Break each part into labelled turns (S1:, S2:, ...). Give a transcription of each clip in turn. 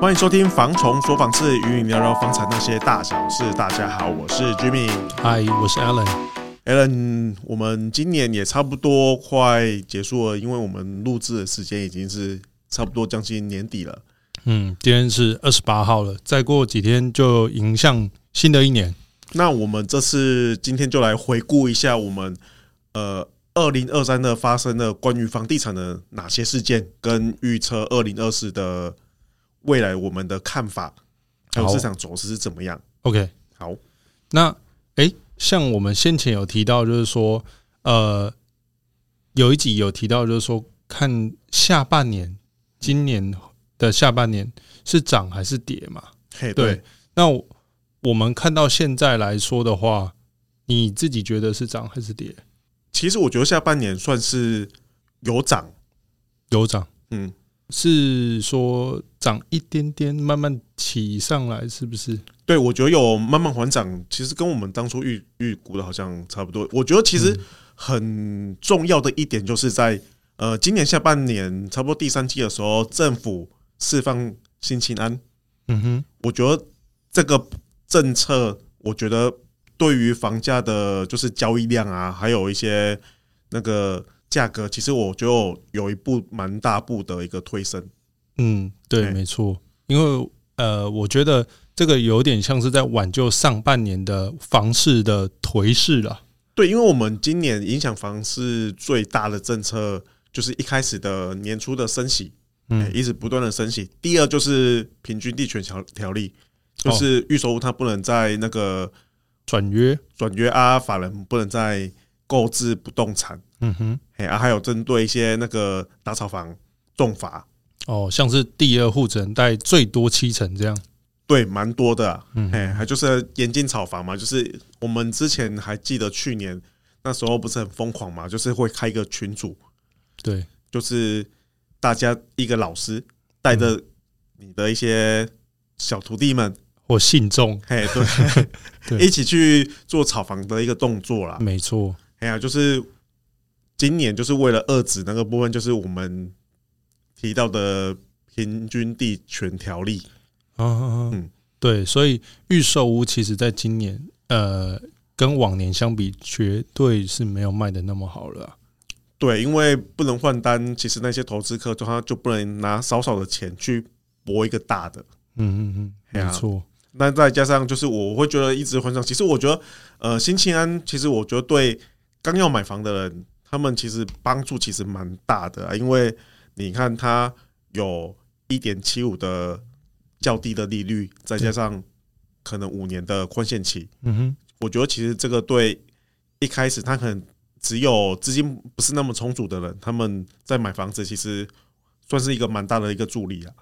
S1: 欢迎收听《房虫说房事》，与你聊聊房产那些大小事。大家好，我是 Jimmy。
S2: 嗨，我是 Alan。
S1: Alan，我们今年也差不多快结束了，因为我们录制的时间已经是差不多将近年底了。
S2: 嗯，今天是二十八号了，再过几天就迎向新的一年。
S1: 那我们这次今天就来回顾一下我们呃二零二三的发生的关于房地产的哪些事件，跟预测二零二四的未来我们的看法，还有
S2: 好
S1: 市场走势是怎么样。
S2: OK，
S1: 好，
S2: 那诶、像我们先前有提到，就是说，呃，有一集有提到，就是说，看下半年，今年的下半年是涨还是跌嘛？
S1: 嘿，对
S2: 对，那我我们看到现在来说的话，你自己觉得是涨还是跌？
S1: 其实我觉得下半年算是有涨，
S2: 有涨，
S1: 嗯，
S2: 是说涨一点点，慢慢起上来，是不是？
S1: 对我觉得有慢慢缓涨，其实跟我们当初预预估的好像差不多。我觉得其实很重要的一点就是在呃今年下半年差不多第三季的时候，政府释放新清安，
S2: 嗯哼，
S1: 我觉得这个政策，我觉得对于房价的，就是交易量啊，还有一些那个价格，其实我觉得有有一步蛮大步的一个推升。
S2: 嗯，对，
S1: 哎
S2: 没错，因为呃，我觉得这个有点像是在挽救上半年的房市的颓势了。
S1: 对，因为我们今年影响房市最大的政策，就是一开始的年初的升息，哎
S2: 嗯，
S1: 一直不断的升息。第二就是平均地权条条例，
S2: 哦
S1: 就是预售屋它不能在那个
S2: 转约，
S1: 转约啊，法人不能再购置不动产，
S2: 嗯哼，
S1: 哎啊，还有针对一些那个打草房重罚，
S2: 哦，像是第二户只能贷最多七成这样。
S1: 对，蛮多的、啊。
S2: 嗯
S1: 哎，还就是严禁炒房嘛，就是我们之前还记得去年那时候不是很疯狂嘛，就是会开一个群组，
S2: 对，
S1: 就是大家一个老师带着你的一些小徒弟们，
S2: 或信众，
S1: 嘿，对，
S2: 对嗯
S1: 一起去做炒房的一个动作啦。
S2: 没错，
S1: 哎呀，就是今年就是为了遏制那个部分，就是我们提到的平均地权条例。
S2: 啊啊啊
S1: 嗯
S2: 对，所以预售屋其实在今年，呃，跟往年相比，绝对是没有卖的那么好了啊、
S1: 对，因为不能换单，其实那些投资客就他就不能拿少少的钱去搏一个大的。
S2: 嗯嗯
S1: 哎
S2: 嗯，
S1: 呀
S2: 没错，
S1: 那再加上就是我会觉得一直换上，其实我觉得呃新庆安，其实我觉得对刚要买房的人，他们其实帮助其实蛮大的、啊，因为你看它有一点七五的较低的利率，再加上可能五年的宽限期，
S2: 嗯哼，
S1: 我觉得其实这个对一开始他可能只有资金不是那么充足的人，他们在买房子其实算是一个蛮大的一个助力啊。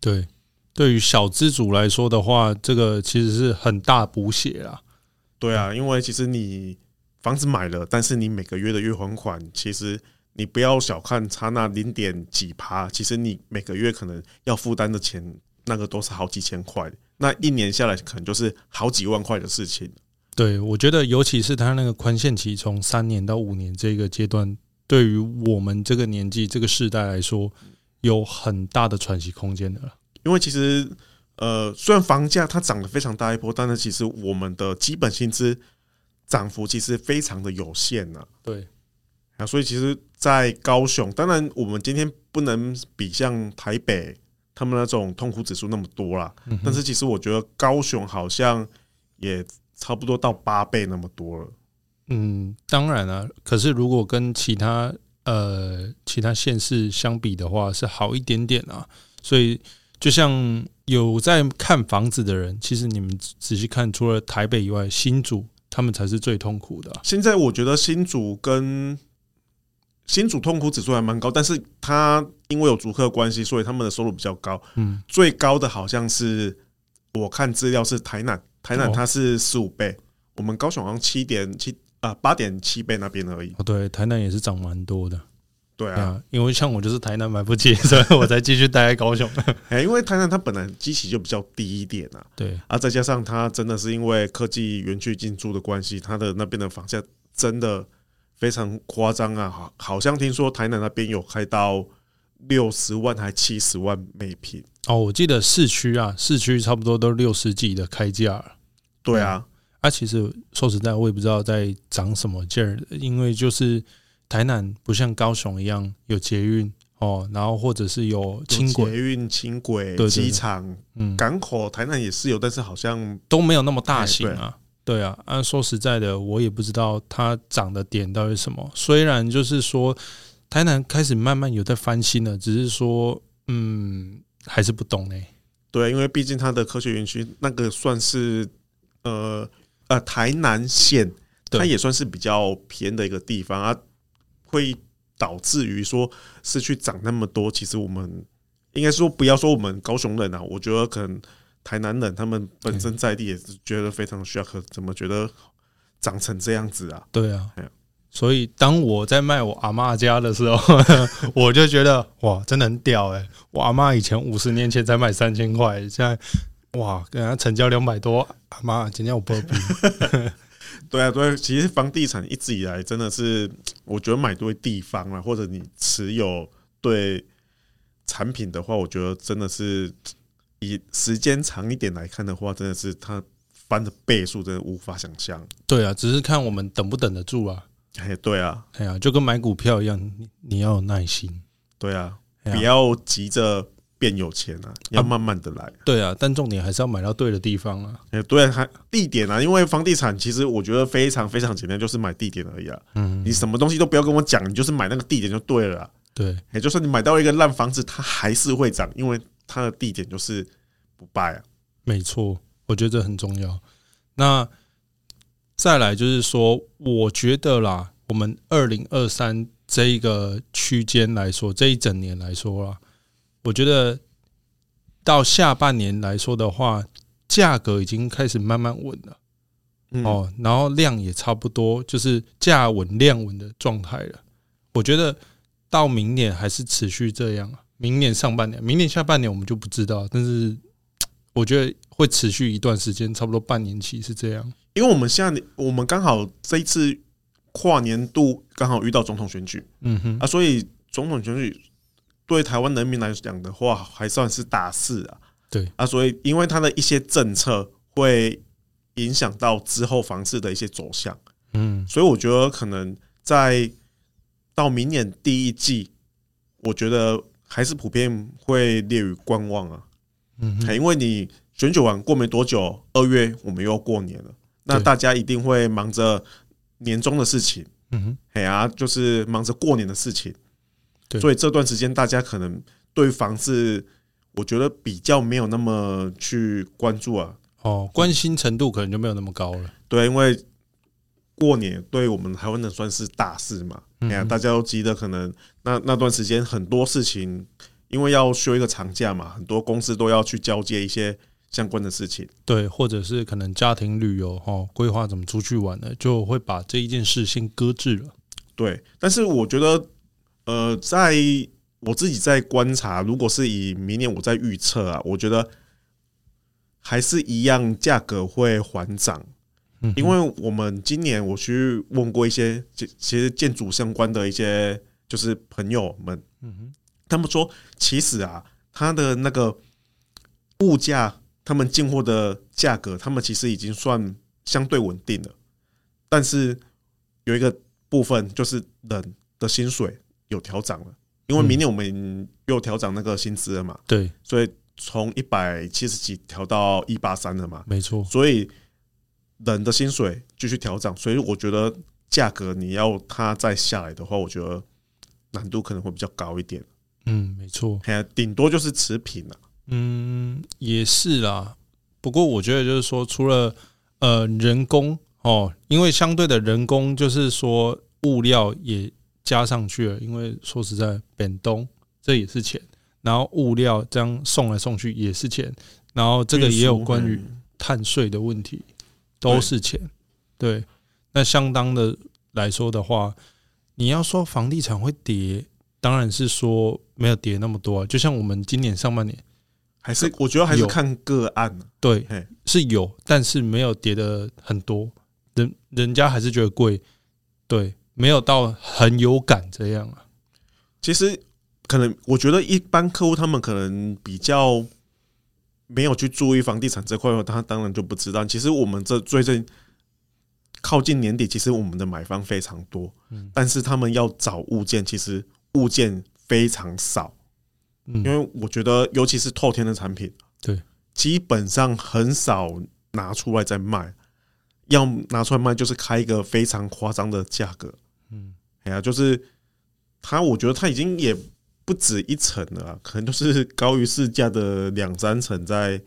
S2: 对，对于小资主来说的话，这个其实是很大补血啦。
S1: 对啊，因为其实你房子买了，但是你每个月的月还款，其实你不要小看差那零点几趴，其实你每个月可能要负担的钱，那个都是好几千块的，那一年下来可能就是好几万块的事情。
S2: 对，我觉得尤其是他那个宽限期从三年到五年这个阶段，对于我们这个年纪这个世代来说，有很大的喘息空间的了。
S1: 因为其实呃，虽然房价它涨了非常大一波，但是其实我们的基本薪资涨幅其实非常的有限呐、
S2: 对，
S1: 啊，所以其实，在高雄，当然我们今天不能比像台北他们那种痛苦指数那么多啦，
S2: 嗯哼
S1: 但是其实我觉得高雄好像也差不多到八倍那么多了。
S2: 嗯，当然啊，可是如果跟其他呃其他县市相比的话，是好一点点啊。所以就像有在看房子的人，其实你们仔仔细看，除了台北以外，新竹他们才是最痛苦的啊、
S1: 现在我觉得新竹跟新竹痛苦指数还蛮高，但是它因为有逐客关系，所以他们的收入比较高。
S2: 嗯，
S1: 最高的好像是我看资料是台南，台南
S2: 哦
S1: 它是十五倍，我们高雄好像七点七啊八点七倍那边而已。
S2: 哦，对，台南也是涨蛮多的
S1: 对啊，
S2: 啊，因为像我就是台南买不起， 所以我才继续待在高雄。
S1: 哎、因为台南它本来基期就比较低一点啊，
S2: 对，
S1: 啊，再加上它真的是因为科技园区进驻的关系，它的那边的房价真的非常夸张啊，好好像听说台南那边有开到六十万还七十万每平。
S2: 哦，我记得市区啊，市区差不多都六十几的开价了。
S1: 对啊，
S2: 啊，其实说实在，我也不知道在涨什么劲儿，因为就是台南不像高雄一样有捷运哦，然后或者是有
S1: 有
S2: 轻轨，
S1: 捷运、轻轨
S2: 对、对
S1: 机场、
S2: 嗯，
S1: 港口、台南也是有，但是好像
S2: 都没有那么大
S1: 哎
S2: 型
S1: 对
S2: 啊。对啊，按、说实在的，我也不知道它涨的点到底是什么。虽然就是说，台南开始慢慢有在翻新了，只是说，嗯，还是不懂呢、
S1: 对，啊因为毕竟它的科学园区那个算是呃呃台南县，
S2: 对
S1: 它也算是比较偏的一个地方啊，会导致于说市区涨那么多。其实我们应该说不要说我们高雄人啊，我觉得可能台南人他们本身在地也是觉得非常 shock，怎么觉得涨成这样子啊？
S2: 对啊
S1: 哎呀，
S2: 所以当我在卖我阿嬷家的时候， 我就觉得哇，真的很屌哎、我阿嬷以前五十年前才买三千块，现在哇，跟人家成交两百多，阿嬷今天我不比，
S1: 对啊，对啊，其实房地产一直以来真的是，我觉得买对地方啊了，或者你持有对产品的话，我觉得真的是以时间长一点来看的话，真的是它翻的倍数真的无法想象。
S2: 对啊，只是看我们等不等得住啊。
S1: 哎，对啊，
S2: 哎呀，就跟买股票一样，你你要有耐心。
S1: 对啊，
S2: 哎
S1: 不
S2: 呀
S1: 要急着变有钱啊，要慢慢的来。
S2: 对啊，但重点还是要买到对的地方啊。
S1: 哎，对啊，还地点啊，因为房地产其实我觉得非常非常简单，就是买地点而已啊。
S2: 嗯，
S1: 你什么东西都不要跟我讲，你就是买那个地点就对了啊。
S2: 对
S1: 也就算你买到一个烂房子，它还是会涨，因为它的地点就是不败啊。
S2: 没错，我觉得这很重要。那再来就是说，我觉得啦，我们二零二三这一个区间来说，这一整年来说啦，我觉得到下半年来说的话，价格已经开始慢慢稳了、
S1: 嗯，
S2: 哦，然后量也差不多，就是价稳量稳的状态了。我觉得到明年还是持续这样啊，明年上半年、明年下半年我们就不知道，但是我觉得会持续一段时间，差不多半年期是这样。
S1: 因为我们现在我们刚好这一次跨年度刚好遇到总统选举
S2: 嗯哼，
S1: 啊，所以总统选举对台湾人民来讲的话，还算是大事啊。
S2: 对
S1: 啊，所以因为它的一些政策会影响到之后房市的一些走向。
S2: 嗯，
S1: 所以我觉得可能在到明年第一季，我觉得还是普遍会列于观望啊。
S2: 嗯哼
S1: 因为你选举完过没多久，二月我们又要过年了，那
S2: 对
S1: 大家一定会忙着年终的事情，
S2: 嗯哼，
S1: 哎呀，就是忙着过年的事情。
S2: 对
S1: 所以这段时间大家可能对房市，我觉得比较没有那么去关注啊。
S2: 哦，关心程度可能就没有那么高了。
S1: 对，啊因为过年对我们台湾人算是大事嘛，哎呀，
S2: 嗯
S1: 大家都急得可能那那段时间很多事情，因为要休一个长假嘛，很多公司都要去交接一些相关的事情。
S2: 对，或者是可能家庭旅游哦，规划怎么出去玩呢，就会把这一件事先搁置了。
S1: 对，但是我觉得，呃，在我自己在观察，如果是以明年我在预测啊，我觉得还是一样价格会缓涨。
S2: 嗯哼
S1: 因为我们今年我去问过一些其其实建筑相关的一些就是朋友们，
S2: 嗯
S1: 他们说其实啊，它的那个物价，他们进货的价格，他们其实已经算相对稳定了，但是有一个部分就是人的薪水有调涨了，因为明年我们又调涨那个薪资了嘛
S2: 哼，，对，
S1: 所以从一百七十几调到一八三了嘛，
S2: 没错。
S1: 所以人的薪水继续调涨，所以我觉得价格你要它再下来的话，我觉得难度可能会比较高一点。
S2: 嗯，没错。
S1: 哎呀，顶多就是持平啊了、
S2: 嗯，也是啦。不过我觉得就是说，除了呃人工哦，因为相对的人工就是说物料也加上去了，因为说实在，本东这也是钱，然后物料这样送来送去也是钱，然后这个也有关于
S1: 嗯
S2: 碳税的问题，都
S1: 对
S2: 是钱。对，那相当的来说的话，你要说房地产会跌，当然是说没有跌那么多、啊。就像我们今年上半年。
S1: 还是我觉得还是
S2: 有
S1: 看个案啊、
S2: 对
S1: 嘿，
S2: 是有，但是没有跌的很多，人人家还是觉得贵，对，没有到很有感这样啊。
S1: 其实可能我觉得一般客户他们可能比较没有去注意房地产这块，他当然就不知道。其实我们这最近靠近年底，其实我们的买方非常多，
S2: 嗯
S1: 但是他们要找物件，其实物件非常少。
S2: 嗯
S1: 因为我觉得，尤其是透天的产品，
S2: 对，
S1: 基本上很少拿出来再卖，要拿出来卖就是开一个非常夸张的价格。
S2: 嗯
S1: 哎呀、就是它，我觉得它已经也不止一层了啊、可能就是高于市价的两三层在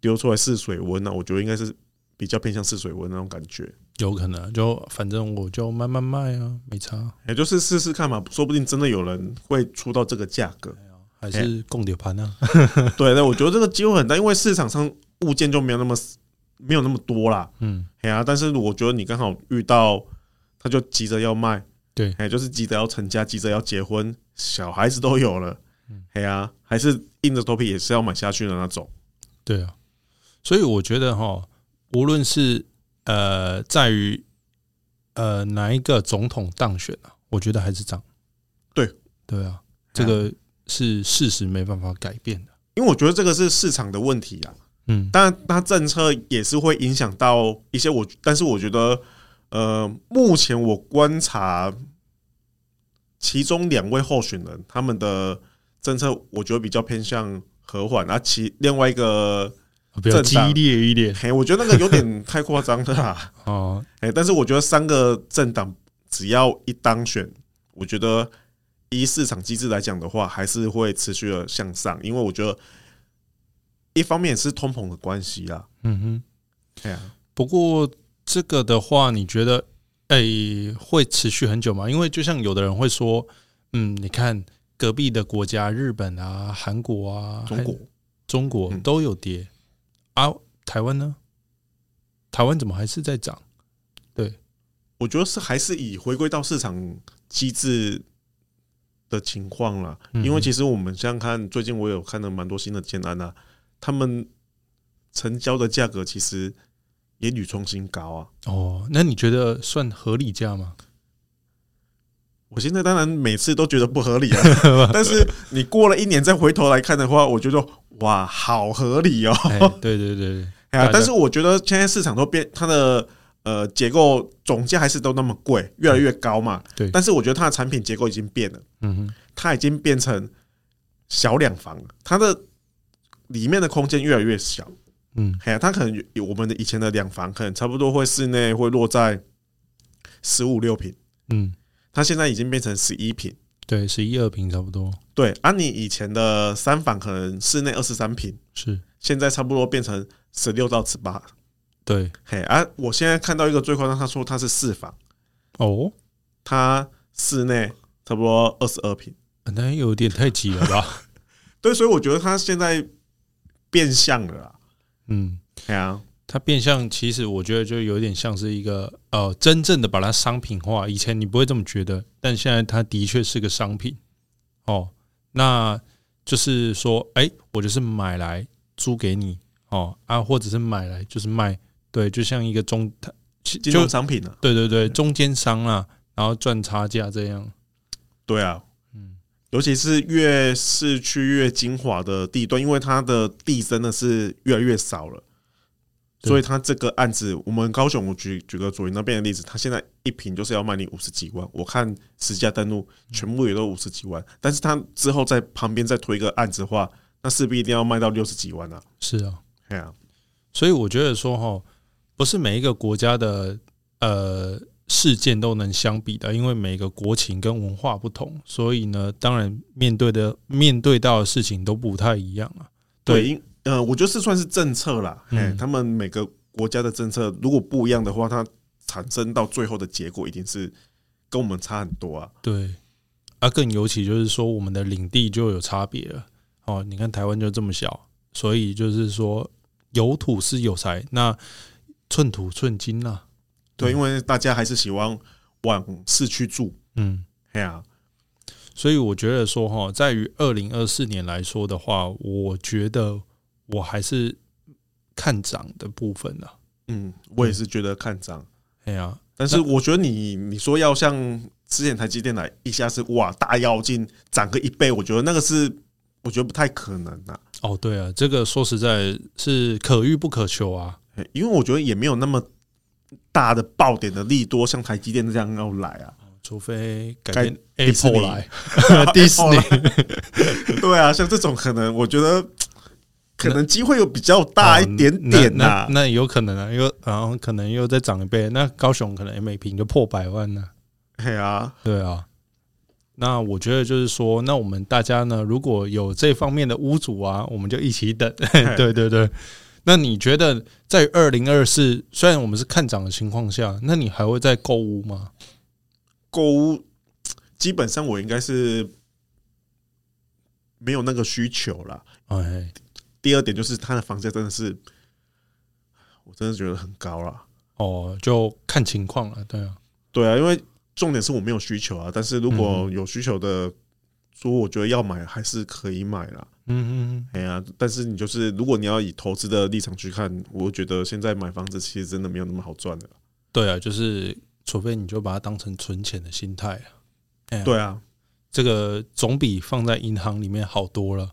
S1: 丢出来试水温啊，我觉得应该是比较偏向试水温那种感觉。
S2: 有可能啊就反正我就慢慢卖啊，没差，
S1: 也哎就是试试看嘛，说不定真的有人会出到这个价格。
S2: 还是供点 盘啊。
S1: 对，那我觉得这个机会很大，因为市场上物件就没有那么没有那么多啦。
S2: 嗯，
S1: 哎呀、但是我觉得你刚好遇到，他就急着要卖，
S2: 对
S1: 哎，就是急着要成家，急着要结婚，小孩子都有了
S2: 嗯，
S1: 哎呀、还是硬着头皮也是要买下去的那种。
S2: 对啊，所以我觉得哈，无论是呃，在于呃哪一个总统当选啊，我觉得还是涨。
S1: 对哎
S2: 对啊，这个是事实，没办法改变的。
S1: 因为我觉得这个是市场的问题啊，
S2: 嗯，
S1: 当然它政策也是会影响到一些我，但是我觉得，呃，目前我观察其中两位候选人他们的政策，我觉得比较偏向和缓，而、其另外一个，
S2: 比较
S1: 政
S2: 激
S1: 党
S2: 烈一点
S1: 嘿，我觉得那个有点太夸张了啦。
S2: 哦，
S1: 哎、但是我觉得三个政党只要一当选，我觉得依市场机制来讲的话，还是会持续的向上，因为我觉得一方面也是通膨的关系啊啦。
S2: 嗯哼。
S1: 哎呀、
S2: 不过这个的话，你觉得诶、会持续很久吗？因为就像有的人会说，嗯，你看隔壁的国家日本啊、韩国啊、
S1: 中国
S2: 还、中国
S1: 嗯
S2: 都有跌、啊，台湾呢？台湾怎么还是在涨？
S1: 我觉得是还是以回归到市场机制的情况啦，
S2: 嗯
S1: 因为其实我们像看最近我有看了蛮多新的建安啊，他们成交的价格其实也屡创新高啊。
S2: 哦，那你觉得算合理 价吗？
S1: 我现在当然每次都觉得不合理 啊，但是你过了一年再回头来看的话，我觉得哇，好合理哦。
S2: 哎，对对对对，
S1: 哎呀
S2: 大家
S1: 但是我觉得现在市场都变，它的呃结构总价还是都那么贵，越来越高嘛。
S2: 对
S1: 但是我觉得它的产品结构已经变了，
S2: 嗯哼，
S1: 它已经变成小两房了，它的里面的空间越来越小。
S2: 嗯
S1: 哎呀，它可能有我们的以前的两房可能差不多会室内会落在十五六平，
S2: 嗯，
S1: 它现在已经变成十一平。
S2: 对，十一二平差不多
S1: 对，按、你以前的三房可能室内二十三平，
S2: 是，
S1: 现在差不多变成十六到十八。
S2: 对
S1: 嘿，啊，我现在看到一个最夸张，他说他是四房，
S2: 哦，
S1: 他室内差不多二十二平。
S2: 那有点太急了吧？
S1: 对，所以我觉得他现在变相了啦。
S2: 嗯。
S1: 哎呀，
S2: 它变相其实我觉得就有点像是一个呃，真正的把它商品化。以前你不会这么觉得，但现在它的确是个商品哦。那就是说，哎、我就是买来租给你哦啊，或者是买来就是卖，对，就像一个中，它其
S1: 金
S2: 就
S1: 融商品啊，
S2: 对对对，中间商啦、然后赚差价这样。
S1: 对啊，
S2: 嗯
S1: 尤其是越市区越精华的地段，因为它的地真的是越来越少了，
S2: 对
S1: 所以它这个案子，我们高雄，我举举个左营那边的例子，它现在一平就是要卖你五十几万，我看实价登录全部也都五十几万，但是它之后在旁边再推一个案子的话，那势必一定要卖到六十几万啊，
S2: 是啊，
S1: 哎呀、
S2: 所以我觉得说哈，不是每一个国家的呃事件都能相比的，因为每个国情跟文化不同，所以呢，当然面对的面对到的事情都不太一样啊。
S1: 对，因呃，我觉得是算是政策啦，哎、
S2: 嗯
S1: 他们每个国家的政策如果不一样的话，它产生到最后的结果一定是跟我们差很多啊。
S2: 对，啊，更尤其就是说我们的领地就有差别了。哦，你看台湾就这么小，所以就是说有土是有财，那寸土寸金啊啦、
S1: 对，
S2: 对
S1: 因为大家还是喜欢往市区住，
S2: 嗯。
S1: 哎呀、
S2: 所以我觉得说哈，在于二零二四年来说的话，我觉得我还是看涨的部分呢、
S1: 嗯，我也是觉得看涨，
S2: 哎呀、
S1: 但是我觉得你你说要像之前台积电来一下是哇大跃进涨个一倍，我觉得那个是我觉得不太可能啊，
S2: 哦，对啊，这个说实在是可遇不可求啊。
S1: 嘿因为我觉得也没有那么大的爆点的利多，像台积电这样要来啊。
S2: 除非改
S1: 改
S2: 变
S1: 迪士尼
S2: Apple 来 ，Disney
S1: 对啊，像这种可能，我觉 得可能机会有比较大一点点啊呐、
S2: 那那那有可能啊，又然后可能又再涨一倍，那高雄可能每平就破百万呢、
S1: 嘿啊，
S2: 对啊，那我觉得就是说，那我们大家呢，如果有这方面的屋主啊，我们就一起等。 对对对。那你觉得在二零二四，虽然我们是看涨的情况下，那你还会再购物吗？
S1: 购物基本上我应该是没有那个需求啦。
S2: 哎，
S1: 第二点就是它的房价真的是，我真的觉得很高啦。
S2: 哦，就看情况了。对啊，
S1: 对啊，因为重点是我没有需求啊，但是如果
S2: 嗯
S1: 有需求的说，我觉得要买还是可以买啦。
S2: 嗯嗯
S1: 哎呀、但是你就是如果你要以投资的立场去看，我觉得现在买房子其实真的没有那么好赚的。
S2: 对啊，就是除非你就把它当成存钱的心态啊，嗯
S1: 对啊，
S2: 这个总比放在银行里面好多了。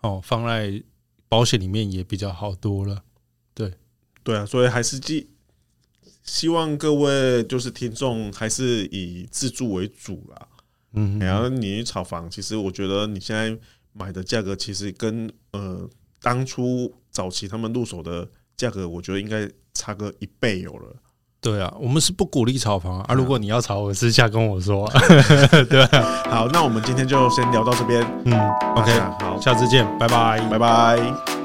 S2: 哦，放在保险里面也比较好多了。
S1: 对啊，所以还是希希望各位就是听众还是以自住为主啦。
S2: 嗯，
S1: 然后你炒房，其实我觉得你现在买的价格其实跟呃当初早期他们入手的价格，我觉得应该差个一倍有了。
S2: 对啊，我们是不鼓励炒房啊。啊
S1: 嗯
S2: 如果你要炒，我私下跟我说、啊。对啊，
S1: 好，那我们今天就先聊到这边。
S2: 嗯，OK，
S1: 好，
S2: 下次见，拜拜。
S1: 拜拜。